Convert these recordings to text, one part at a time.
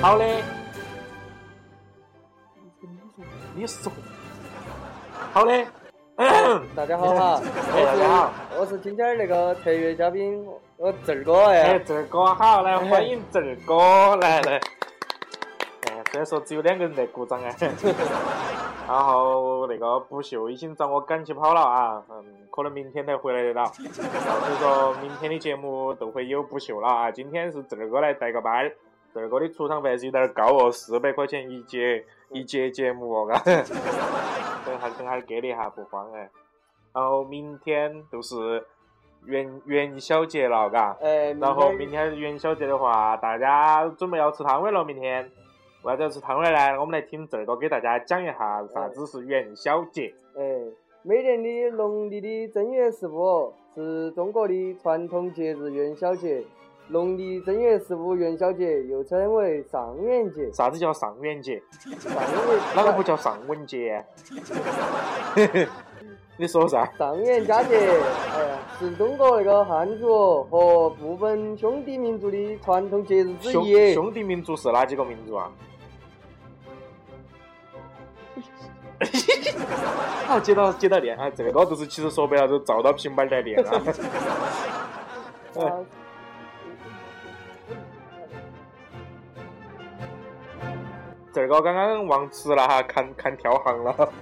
好嘞，你说，好嘞， 大家好哈，哎大家好我是我是今天儿那个特约嘉宾，我志儿哥哎，哎，志儿哥好，来欢迎志儿哥，来来。哎，虽然说只有两个人在鼓掌哎， 然后那个不秀已经找我赶起跑了啊，嗯，可能明天才回来得到，所以说明天的节目都会有不秀了啊。今天是志儿哥来带个班儿，志儿哥的出场费是有点儿高哦，四百块钱一节一节节目哦， 嘎，等下等下给你哈，不慌哎。然后明天就是元元宵节了，嘎，哎，然后明明天天是元宵节的话，大家准备要吃汤圆了。明天为啥子要吃汤圆呢？我们来听这个给大家讲一下啥子是元宵节。哎，每年的农历的正月十五是中国的传统节日元宵节，农历正月十五元宵节又称为上元节，啥子叫上元节？上元哪个不叫上文节？ 你说噻？上元佳节，哎呀，是中国那个汉族和部分兄弟民族的传统节日之兄一。兄弟民族是哪几个民族啊？ 好，接到接到练啊，这个就是其实说白了，就照到平板来练啊。啊这个刚刚忘词了哈，看看跳行了。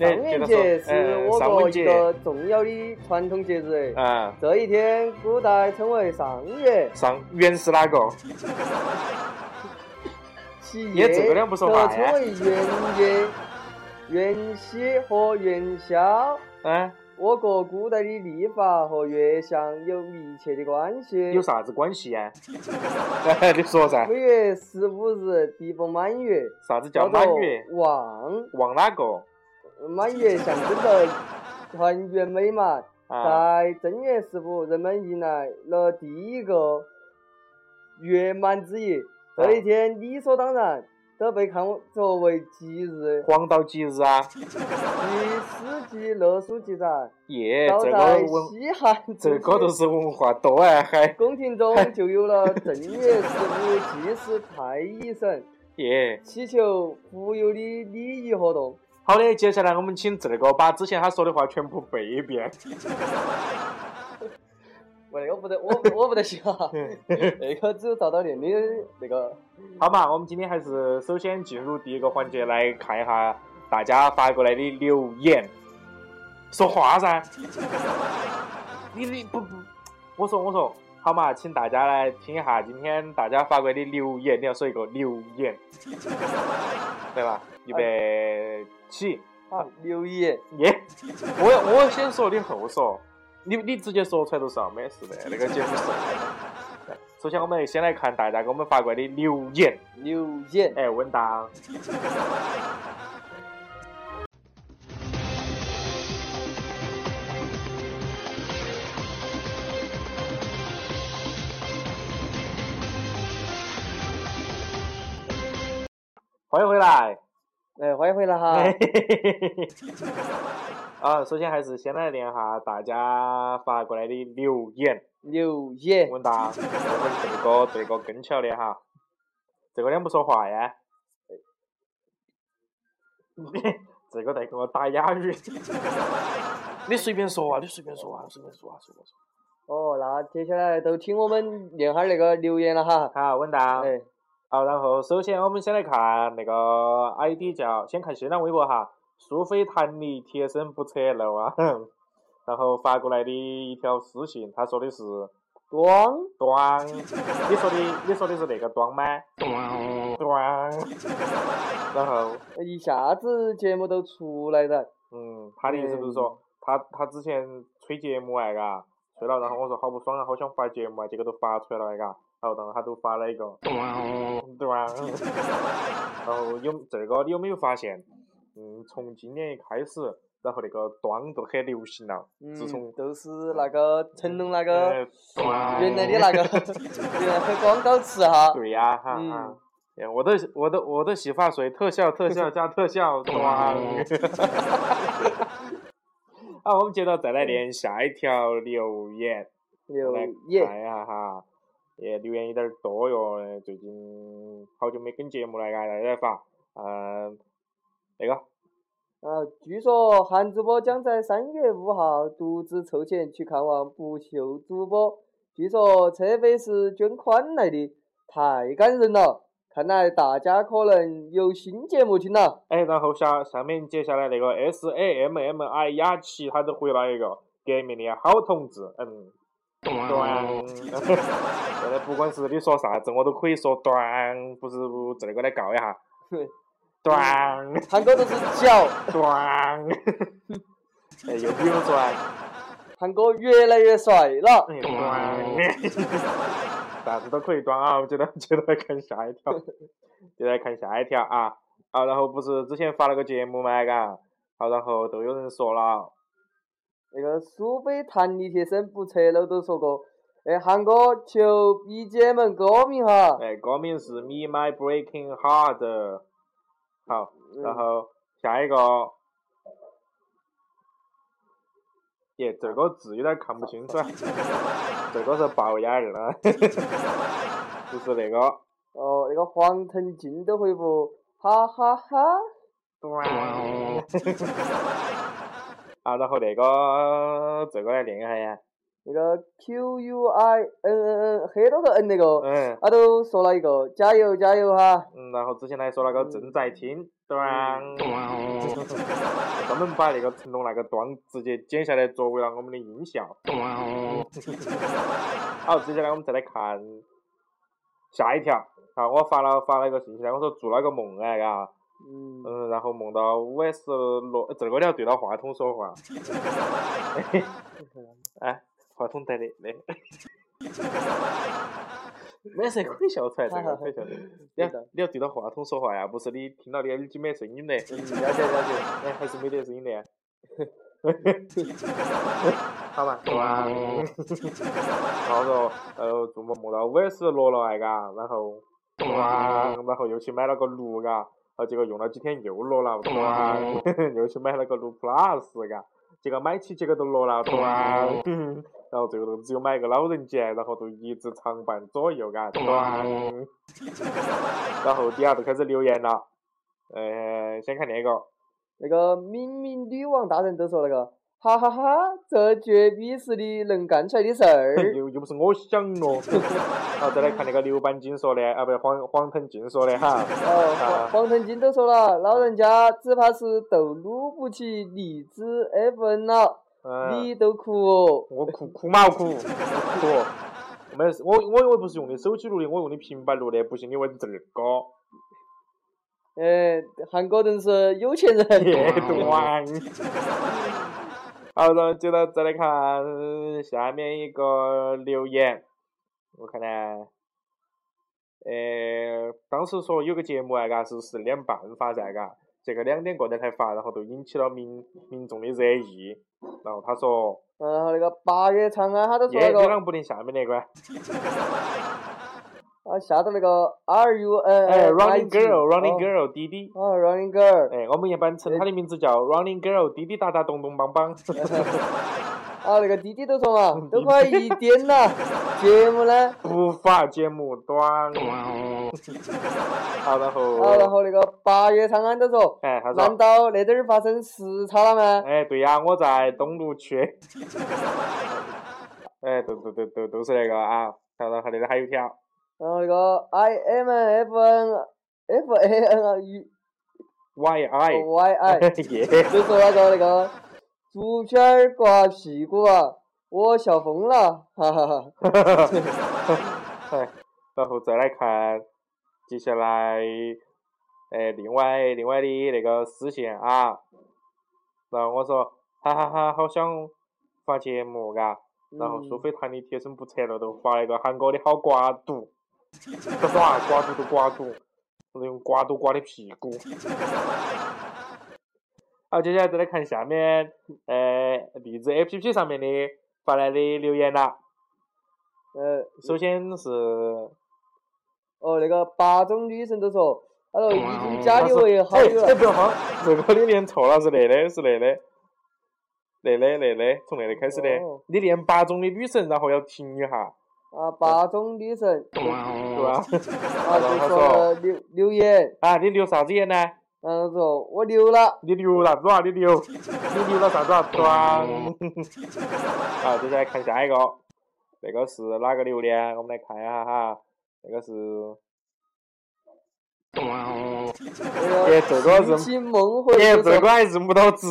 哎上元节是我呃上国文一节个重要的传统节日，哎啊，这一天古代称为上月，上元是哪个？其也夜这个两不说话则称为元 夜、元夕和元宵。啊，我国古代的历法和月相有密切的关系。有啥子关系呀、啊？ 你说噻每，月十五日地逢满月，啥子叫叫满做月？望。望哪个？满月象征着团圆美满。啊，在正月十五，人们迎来了第一个月满之夜。这一天理所当然都被看作为吉日。黄道吉日啊！据《史记·乐书》记载，耶，早哎这在个文，西汉之这个都时，是文化多哎，还宫廷中就有了正月十五祭祀太乙神，耶。祈求富有的礼仪活动。好的，接下来我们请这个把之前他说的话全部背一遍。我那个不得， 我我不得行啊，那个只有照到年龄那个。好嘛，我们今天还是首先进入第一个环节，来看一下大家发过来的留言。说话噻，你你不不，我说我说，好嘛，请大家来听一下今天大家发过来的留言，你要说一个留言，对吧？预备起，好，刘姨，耶！我我先说，你后说，你你直接说出来就是啊，没事的，那个节目是。首先，我们先来看大家给我们发过来的留言。刘姨，哎，文档。欢迎回来。哎，欢迎回来哈。 啊，首先还是先来念哈大家发过来的留言。刘姨，文达，这会儿这个这个更巧的哈，这个两不说话呀。 这个在给我打哑 语。你随便说啊，你随便说啊，随便说啊，随便说。哦，那接下来都听我们念哈儿那个留言了哈。好，稳当。哎，好，然后首先我们先来看那个 ID 叫，先看新浪微博哈，苏菲弹力贴身不侧漏啊。 然后发过来的一条私信，他说的是光，端，你说的你说的是那个端吗？端。然后一下子节目都出来了。嗯，他的意思就是说，他他之前吹节目哎嘎，吹了，然后我说好不爽啊，好想发节目啊，结果都发出来了哎嘎，然后然后他都发了一个， 对吧？然后有这个你有没有发现？嗯，从今年一开始，然后那个端就很流行了，自从嗯，都是那个成龙那个呃端原来的那个， 原来很广告词哈。哎对呀、哈嗯哈。哎我的我的我的洗发水特效特效加特效， 哇！好，我们接着再来连下一条留言，刘来姨，看一下哈。也留言有点儿多哟，哎最近好久没跟节目了，挨挨挨发，嗯，那个，啊，据说韩主播将在三月五号独自凑钱去看望不朽主播，据说车费是捐款来的，太感人了！看来大家可能有新节目听了。哎，然后下下面接下来那个 S A M M I 雅琪，他都回了一个革命的好同志，嗯。短，现在不管是你说啥子，我都可以说短，不是这个来告一下，短韩哥都是脚，短，哎，又比我转，韩哥越来越帅了。哎，短，啥子都可以短啊！我们接着接着来看下一条，接着来看下一条啊啊！然后不是之前发了个节目嘛，嘎，好，然后都有人说了，那个苏北弹力贴身不侧漏都说过，哎，韩哥求 BGM 歌名哈。哎，歌名是《Me My Breaking Heart》。好，然后下一个，耶，这个字有点看不清楚啊。这个是龅牙儿啊，就是那个。哦，那个黄腾进都回复，哈哈哈。 啊，然后那个这个来念一下呀。那个 Q U I N N N 很多个 N 那个，嗯他都说了一个加油加油哈。嗯，然后之前还说那个正在听，端，专门把那个成龙那个端直接剪下来作为了我们的音效。好，接下来我们再来看下一条。好，我发了发了一个信息，我说做了个梦哎，嘎，嗯，嗯，然后梦到五 S 罗，这个你要对到话筒说话。 哎，话筒带的那。没事，可以笑出来，哎这个可以笑出来。你要你要对到话筒说话呀，不是你听到你耳机没声音的，嗯了解了解。哎，还是没得声音的 呀。好嘛，然后呃，做梦梦到五 S 落了哎嘎，然后然后又去买了个六嘎，然后结果用了几天又落了， 又去买了个六 Plus 嘎，结果买起结果都落了， 然后最后都只有买一个老人节，然后都一直长伴左右嘎，然后底下就开始留言了，呃，先看那个，那个明明女王大人都说那个，哈哈哈，这绝逼是你能干出来的事儿。 又又不是我想咯， 好，再来看那个刘板金说的，啊，不是黄黄腾进说的哈，哦，黄黄腾金都说了，老人家只怕是斗撸不起荔枝 FN 了，嗯，你都哭哦。我哭哭嘛我哭，我哭哦，我没事，我我我不是用的手机录的，我用的平板录的，不信你问这儿哥，哎，韩国人是有钱人。耶啊短。 好，然后接着再来看呃下面一个留言，我看呢，呃，当时说有个节目啊，嘎是十点半发噻，嘎，结果两点过点才发，然后就引起了民民众的热议。然后他说，然啊后那个八月长安，他都说耶，那你啷个不听下面那个啊？啊，下头那个 R U 呃 N 哎 N ，Running Girl，Running。哦 Girl，滴滴。哦 ，Running Girl，哎，我们一般称她的名字叫 Running Girl，滴滴答答，咚咚梆 梆。啊，那个滴滴都说嘛，都快一点 了，节目呢？ 啊不发节目短。好，然后，啊，然后那个八月长安都说，哎，哦他难说，道那点儿发生时差了吗？哎，对呀，我在东路区。哎，都都都都都是那个啊，然后他那里还有一条，然后那个 I M F N F A N U y i Y I，耶，就说那个那个竹片儿刮屁股啊，我笑疯了，哈哈哈。哎，然后再来看，接下来，哎，另外另外的那个私信啊，然后我说，哈哈哈，好想发节目嘎，然后苏嗯菲弹力贴身不拆了，都发了一个韩国的好刮肚，不耍刮肚都刮肚，我都用刮肚刮的屁股。好，接下来再来看下面，呃，荔枝 APP 上面的发来的留言啦。呃，首先是，哦，那个八中女神都说，她说已经加他你是为好哎友哎，了。不要慌，这个你念错了，是那的，是那的，那的那的，从那里开始的哦。你念八中的女神，然后要停一下。啊，霸总女神对吧？啊，然后就说留留言， 啊，你留啥子言呢？然后嗯说我留了，你留啥子啊？你留，你留了啥子啊？装。好，接下来看下一个，这个是哪个留的？我们来看一下哈，这个是，那呃哎，这个个是星梦回，哎，就这说个还认不到字，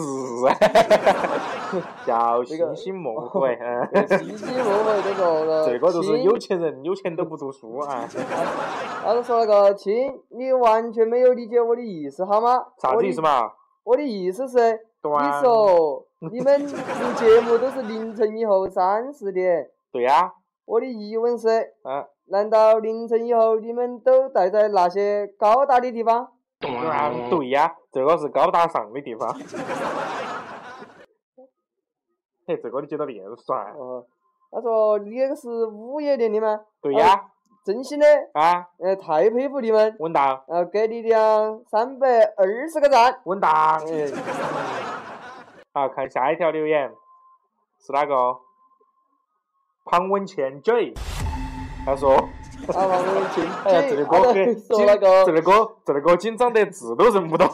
叫星星梦回，嗯信息梦回这 个，这个就是亲有钱人，有钱都不读书啊，他就说那个亲，你完全没有理解我的意思，好吗？啥我子的意思？嘛？我的意思是，端你，说你们录节目都是凌晨以后三四点，对呀，我的疑问是，嗯，难道凌晨以后你们都待在那些高大的地方？端，对呀，这个是高大上的地方。嘿，这个你接到练算，哦、他说你那个是午夜的的吗？对呀，真心的，啊，呃，太佩服你们，稳当，呃，给你俩三百二十 个赞。稳当。哎，好，啊看下一条留言是哪个？庞文倩 J，他说。啊，王文清，哎呀，这个 他歌就很说那个这。个歌，这个歌紧张得字都认不到。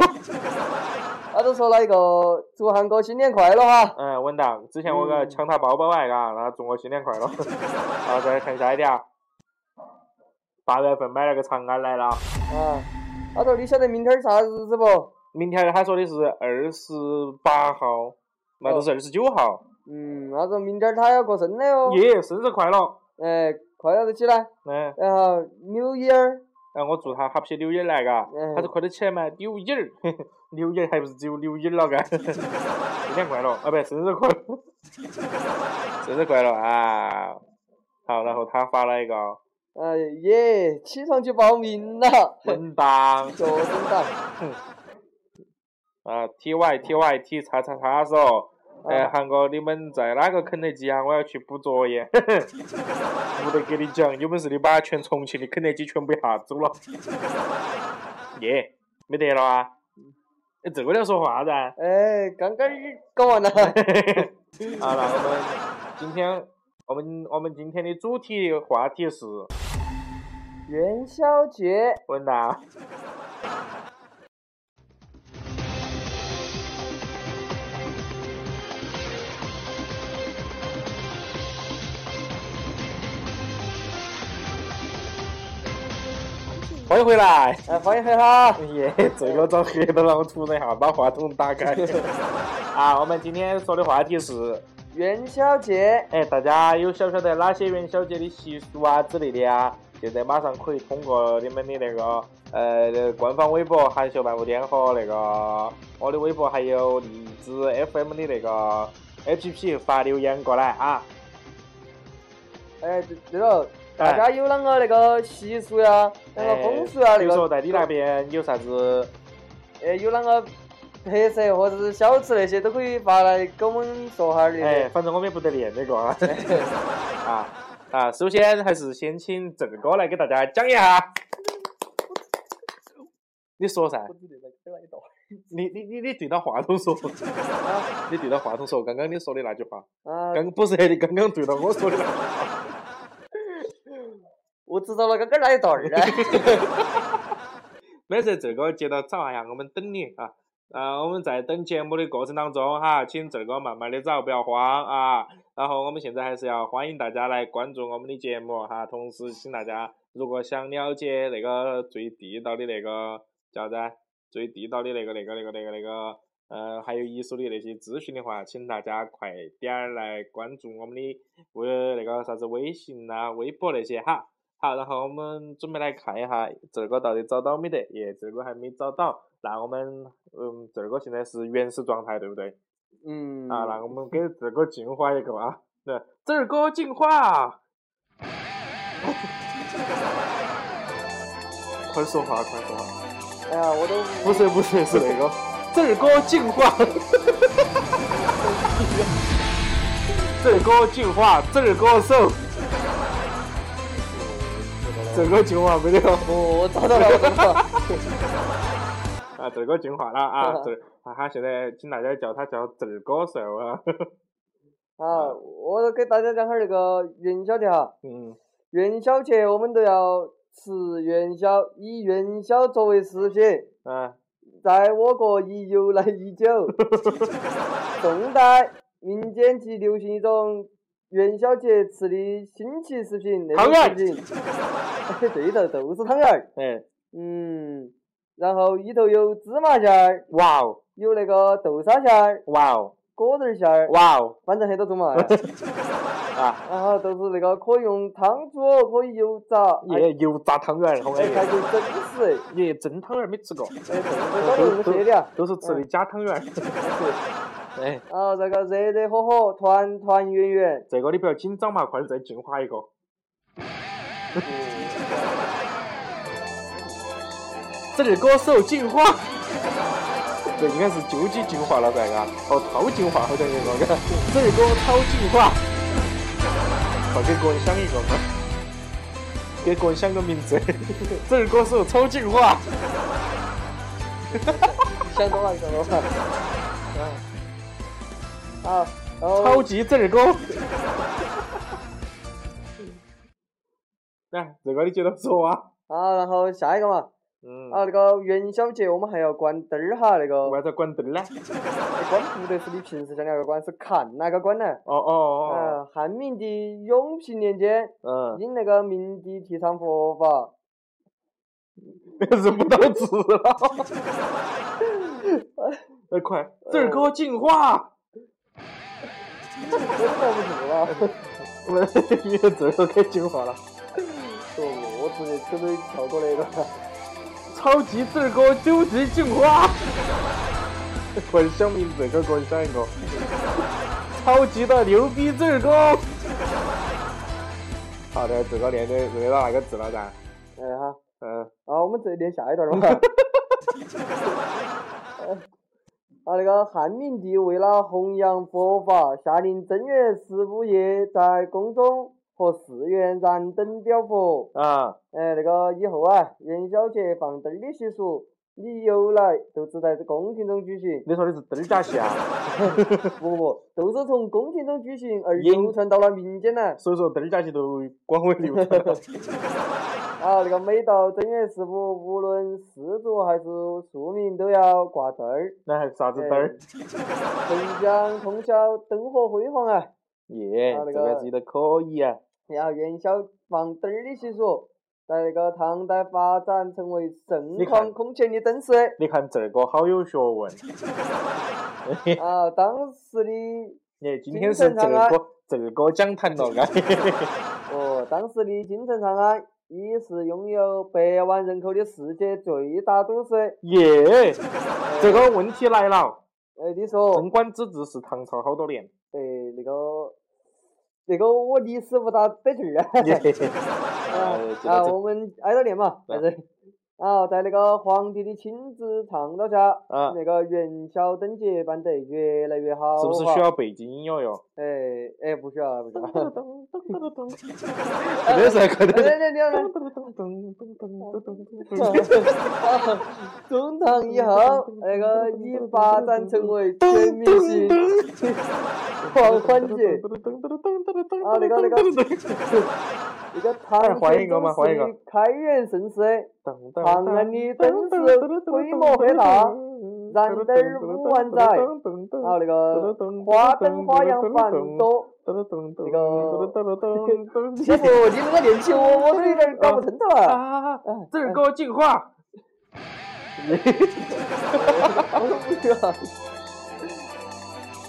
他都说了一个祝韩哥新年快乐哈，嗯，稳当。之前我给他嗯抢他包包来，嘎，然后祝我新年快乐。 好，再来看下一条。八月份买了个长安来了，啊，他说你晓得明天儿啥日子不？明天他说的是二十八号，那哦就是二十九号。嗯，他说明天儿他要过生了哟，耶，生日快乐！哎，快乐的起来，嗯，然后 New Year，然哎后我祝他 Happy New Year 来，嘎。嗯他说快点起来嘛，New Year，嘿嘿 New Year 还不是只有 New Year 了，嘎。新年快乐，啊，不，生日快乐，生日快乐啊！好，然后他发了一个哎耶，起床去报 名了，文档学生党，啊，T Y T Y T 叉叉叉说，哎，啊，韩哥，你们在哪个肯德基啊？我要去补作业。 没得给你讲，有本事你把全重庆的肯德基全部一下走了。 耶，没得了啊！哎，这个要说话噻。 哎，刚刚讲完了，好了，我们今天我们我们今天的主题话题是 元宵节，文档。欢迎回来！ 哎，欢迎回哈，耶，这个遭黑的了，我突然一下把话筒打开。啊，我们今天说的话题是元宵节，哎，大家有晓不晓得哪些元宵节的习俗啊之类的啊？现在马上可以通过你们的那个呃官方微博“韩秀漫步颠”和那个我的微博，还有荔枝 FM 的那个 APP 发留言过来啊。哎，对对了，大家有啷个那个习俗呀，那个风俗哎呀，那比个如。说在你那边有啥子？呃，有啷个特色或者是小吃那些都可以发来跟我们说哈儿的。哎，反正我们也不得练那个啊 啊啊！首先还是先请郑哥来给大家讲一下。你说噻。你你你你对到话筒说， 啊你对到话筒说，刚刚你说的那句话，啊，刚不是你刚刚对到我说的那句话，我知道了，刚刚那一段儿啊 呢。没事，这个接到找一下，我们等你啊。啊，我们在等节目的过程当中哈，请这个慢慢的找，不要慌啊。然后我们现在还是要欢迎大家来关注我们的节目哈，同时请大家如果想了解那个最地道的那个叫啥子，最地道的那个那个那个那个那个呃，还有艺术的那些资讯的话，请大家快点儿来关注我们的微那个啥子微信呐、微博那些哈。好，然后我们准备来看一下这个到底找到没得？耶，这个还没找到。那我们，嗯，这个现在是原始状态，对不对？嗯。啊，那我们给这个进化一个啊，对，这个进化。快说话，快说话！哎呀，我都不是不是是那个，这个进化，这个进化，这个手，这个进化没得了。我我找到了，我找到了。啊，这个进化了 啊，这啊，他现在请大家叫他叫这儿歌手啊， 啊，我给大家讲哈儿那个元宵节哈，嗯，元宵节我们都要吃元宵，以元宵作为食品，嗯，在我国已由来已久。 宋代民间即流行一种元宵节吃的新奇食品，那汤种圆儿食品， 对头，就是汤圆儿。哎，嗯，然后里头有芝麻馅儿，哇哦，有那个豆沙馅儿、哇哦，果仁馅儿，哇哦，反正很多种嘛。啊，然后就是那个可以用汤煮，可以油炸，哎耶，油炸汤圆儿好安还逸。可以整食，耶，真汤圆儿没吃过，哎，这个都用这的啊。都是吃的假汤圆儿。 哎，然后这个热热火火，团团圆圆。这个你不要紧张嘛，快点再进化一个。这里歌手进化，这应该是究极进化了，这个哦，超进化好像那个，这里歌超进化，快给个人想一个嘛，给个人想个名字，这里歌手超进化，想多了，想多了。嗯。啊，然后超级这里歌。来，这个你接着说啊。啊，然后下一个嘛，嗯，啊，那个元宵节我们还要关灯儿哈，那个为啥关灯呢？关不得是你平时想那个关，是看哪个关呢？哦哦呃，汉明帝永平年间，哦，哦因那个明帝提倡佛法，嗯，是不到字了。哎，快，这儿歌进化。我都搞不住了，我们你的这个给进化了，说我直接可不可以跳过那个？超级这儿歌究极进化。我想名这个，我想一个，超级的牛逼这儿歌。好的，这个练的练到那个字了噻？哎哈，嗯，啊，我们再连下一段儿吧。啊，那个汉明帝为了弘扬佛法，下令正月十五夜在宫中和寺院燃灯表佛。啊，哎，那个以后啊，元宵节放灯儿的习俗，你由来都只在宫廷中举行。你说的是灯假戏啊？不不，都是从宫廷中举行而引流传到了民间来。所以说灯假戏都广为流传了。啊，那个每到正月十五，无论氏族还是庶民，都要挂灯儿，那还是啥子灯儿？城乡通宵，灯火辉煌啊！耶啊，这那个个是的可以啊。然后元宵放灯儿的习俗，在那个唐代发展成为盛你况看空前的灯饰。你看这个好有学问。啊，当时的耶，今天是这个这个讲坛了，哎，哦，当时的京城长安已是拥有百万人口的世界最大都市。耶，这个问题来了，呃，你说贞，观之治是唐朝好多年，呃，那个，那个我历史不大得劲儿啊。耶，啊呃，这啊，个我们挨着念嘛，还是啊，在那个皇帝的亲自倡导下，这啊，那个元宵灯节办得越来越好。啊是不是需？要背景音乐哟？哎哎，不需要，不需要。哎真的是，快来点。来来 来，中唐以后，那个已发展成为全民性 狂欢节。啊，那个那个，那个唐哎换一个嘛宗换一是个开元 盛世，长安的灯饰规模很大， 燃灯儿五万载，啊啊，那那个个花花灯灯花花样样繁繁多多。，那那个个师傅，你那个练起我，我都有点搞不清楚了。啊哎这儿歌进化，啊我都不需要，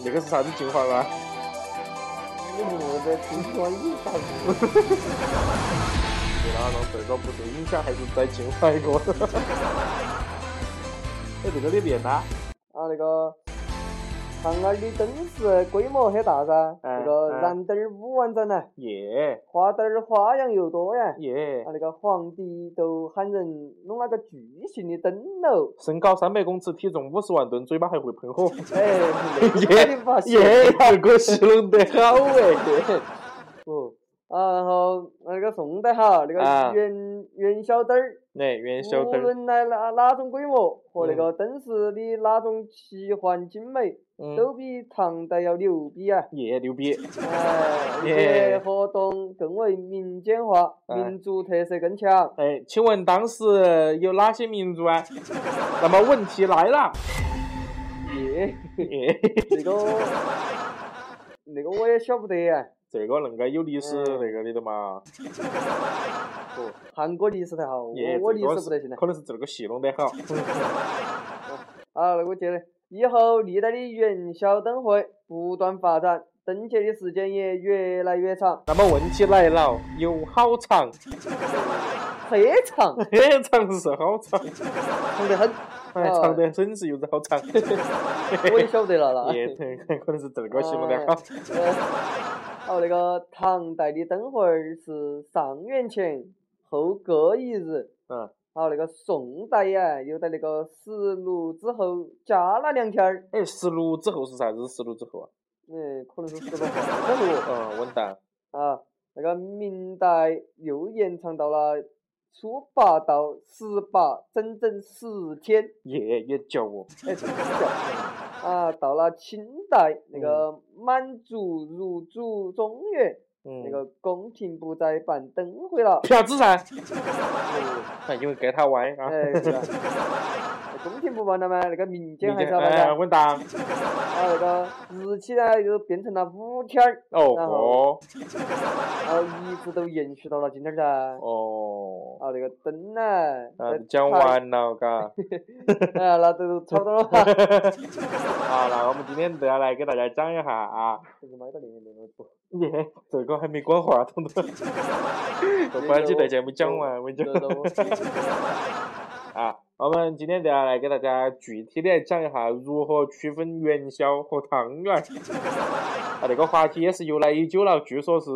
那个是啥子进化吗？我的平常一啥子？对了，让这个不受影响，还是再进化一个。哎，这个你练啦？啊，那个长安的灯饰规模很大噻，哎那个燃灯儿五万盏呢，耶花灯儿花样又多呀。耶啊，，那个皇帝都喊人弄那个巨型的灯笼，身高三百公尺，体重五十万吨，嘴巴还会喷 火。哎，耶你发现 耶，这个形容得好哎。哦，啊，然后那个宋代哈，那啊个元元宵灯儿，那元宵无灯儿，论来哪哪种规模和那嗯个灯饰的哪种奇幻精美，嗯，都比唐代要牛逼啊！耶，牛逼，哎，而耶且活动更为民间化，哎民族特色更强。哎，请问当时有哪些民族啊？ 那么问题来了，哎耶，耶，那个 那个我也晓不得啊，这个恁个有历史嗯那个的的嘛？韩国历史太好，我耶，我这历个史不得是行的。啊可能是这个戏弄得好。好，那我接着。以后历代的元宵灯会不断发展，灯节的时间也越来越 长，那么问题来了，有好长，很长，很长是好长，长得很。哎，长得真是有点好长。哦 我也晓不得了啦。 也可能是这个戏弄得好。呃，哦好，那个唐代的灯会儿是上元前后各一日。嗯。好，那个宋代呀，又在那个十六之后加了两天儿。哎，十六之后是啥子？十六之后啊？嗯，可能是十六号之后嗯，稳当。啊。那个明代又延长到了初八到十八，整整十天。也也叫我。哎， 这个是啊，到了清代，那个满族入主中原。嗯。，那个宫廷不再办灯会了票子噻。哎，因为给他歪啊。哎，是吧？那宫廷不办了嘛，那个民间还是要办哎，的。稳当。然后那个日期呢，就变成了五天儿，然哦后然后一直都延续到了今天儿噻。哦哦。啊，那个灯呢？啊在，讲台。完了， 嘎。哎，那都差不多了啊吧？，那我们今天都要来给大家讲一下啊，就是买个零零六六耶，这个还没关话筒 呢，都关起在节目讲完，我就六六啊，我们今天就要来给大家具体的讲一下如何区分元宵和汤圆儿。啊，这个话题也是由来已久了，据说是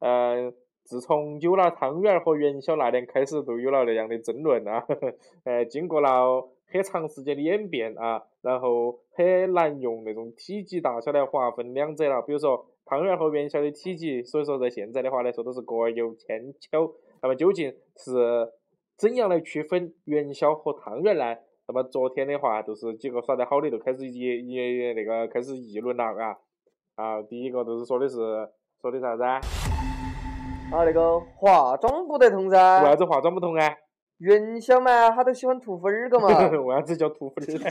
呃，自从有了汤圆儿和元宵那年开始，都有了那样的争论啊。 呵呵呃，经过了很长时间的演变啊，然后很难用那种体积大小来划分两者了。比如说汤圆儿和元宵的体积，所以说在现在的话来说都是各有千秋。那么究竟是怎样来区分元宵和汤圆呢？那么昨天的话，就是几个耍得好的就开始也也也那个开始议论了啊啊！第一个就是说的是说的啥子啊？啊，那个化妆不得同噻为。啥子化妆不同 啊？元宵嘛，他都喜欢涂粉儿个嘛。为啥子叫涂 粉儿呢？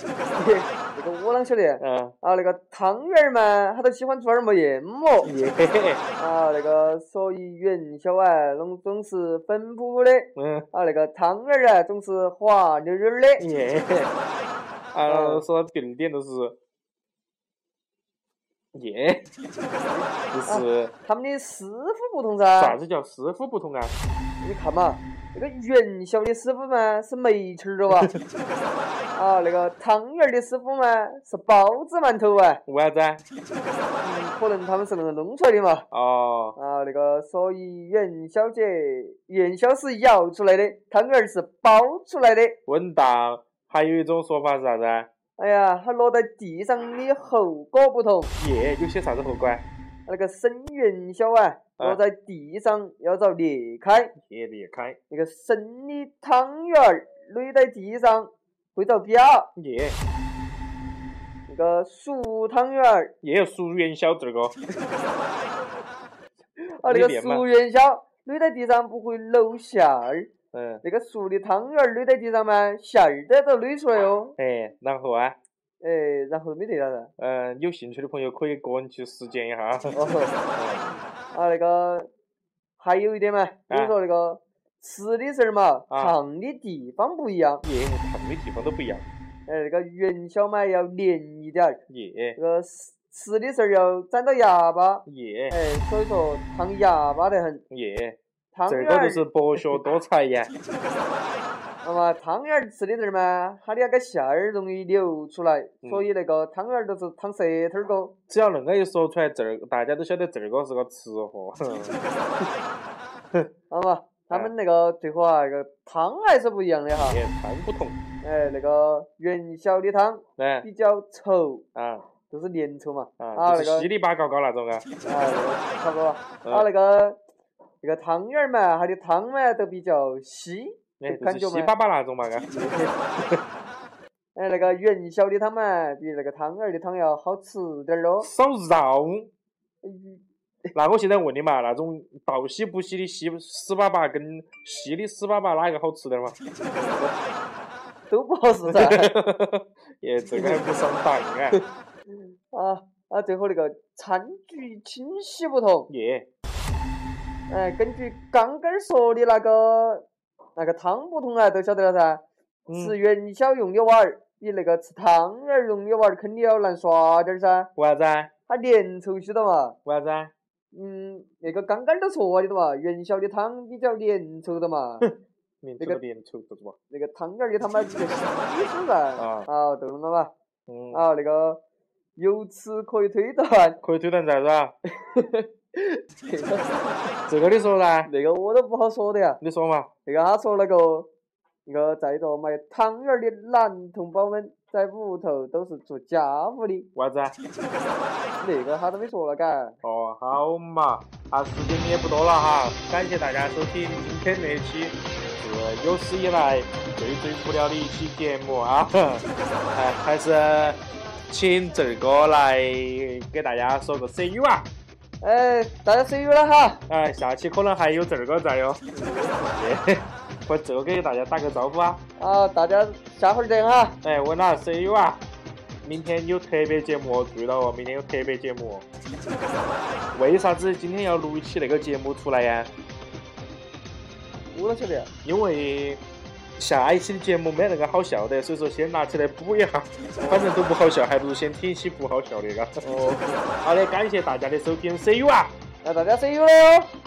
那个我啷晓得？嗯，啊，那个汤圆儿嘛，他都喜欢做点儿么研磨。 耶， 嘿嘿啊，那个所以元宵啊，拢总是粉扑扑的，嗯，啊，那个汤圆儿啊，总是滑溜溜的。耶，啊，说到第二点就是， 耶，就是他们的师傅不同啥噻，子叫师傅不同啊？你看嘛，那个元宵的师傅嘛是煤气儿 的哇，啊，那个汤圆儿的师傅嘛是包子馒头啊，为啥子啊？嗯可能他们是能弄出来的嘛。哦。啊，那个所以元宵节，元宵是摇出来的，汤圆儿是包出来的。稳当。还有一种说法是啥子啊？哎呀，它落在地上的后果不同。耶，有些啥子后果啊？那个生元宵啊，啊落在地上要遭裂开；耶裂开，那个生的汤圆儿垒在地上会遭瓢；耶那个熟汤圆儿也有熟元宵这个，啊，那你个连嘛熟元宵垒在地上不会漏馅儿；嗯，那个熟的汤圆儿垒在地上嘛，馅儿都要遭垒出来哦。哎，然后啊，哎，然后没得了噻。嗯、有兴趣的朋友可以个人去实践一 下。哦，啊，那个还有一点嘛，比如说那个吃的时候嘛，啊烫的地方不一样。耶，他们的地方都不一样。哎，那个元宵嘛要黏一点儿，耶那个吃吃的时候要沾到牙巴，耶哎，所以说烫牙巴得很。耶，汤这圆个儿，就是博学多才呀。那么汤圆儿吃的时候嘛，它的那个馅儿容易流出来，嗯所以那个汤圆儿都是烫舌头儿个。只要恁个一说出来，这儿大家都晓得这个是哦个吃 货。那么他哎们那个最后啊，那个汤还是不一样的哈。耶，汤不同，哎，那个元宵的汤来比较稠，啊就是粘稠嘛。啊，啊，就那是个稀里八嘎嘎那种啊。啊，那个差不多。啊， 嗯那个这个汤圆儿嘛，它的汤嘛都比较稀，哎，就感就是觉稀嘛巴，巴那种嘛，啊 嘎。哎，那个元宵的汤嘛，比那个汤圆儿的汤要好吃点儿 咯。少绕。那我现在问你嘛，那种倒稀不稀的稀屎粑粑跟稀的屎粑粑哪一个好吃点儿嘛？都不好吃噻。耶，这个还不上当啊！啊啊，最后那个餐具清洗不同，耶，哎，根据刚刚儿说的那个那个汤不同啊，都晓得了噻。嗯，吃元宵用的碗儿，比那个吃汤圆儿用的碗儿肯定要难刷点儿噻，为啥子啊？它粘稠些的嘛。为啥子啊？嗯，那个刚刚儿都说的了嘛，元宵的汤比较粘稠的嘛，粘那稠个不粘稠，是不？那个汤圆儿的它嘛比较稀疏噻。啊好，懂了嘛？嗯，啊，那个由此可以推断，可以推断啥子啊？这个这个你说噻，那个我都不好说的呀。你说嘛？那个他说那个那个在座买汤圆儿的男同胞们在屋头都是做家务的，为啥子啊？那个他都没说了，嘎。哦，好嘛，啊，时间也不多了哈，感谢大家收听今天这一期是有史以来最最无聊的一期节目啊， 哎，还是请这哥来给大家说个 see you 啊，哎，大家 see you 了哈，哎，下期可能还有这哥 在哟，哦耶，我这个给大家打个招呼啊，啊，大家下回儿见哈，哎，我那 see you 啊，明天有特别节目哦，注意到哦，明天有特别节目哦，为啥子今天要录一期那个节目出来呀、我都晓得，因为下一期的节目没那个好笑的，所以说先拿起来补一下，反正都不好笑，还不如先听一些不好笑的，嘎。哦，好的，感谢大家的收听，see you 啊！那大家 see you 了哟。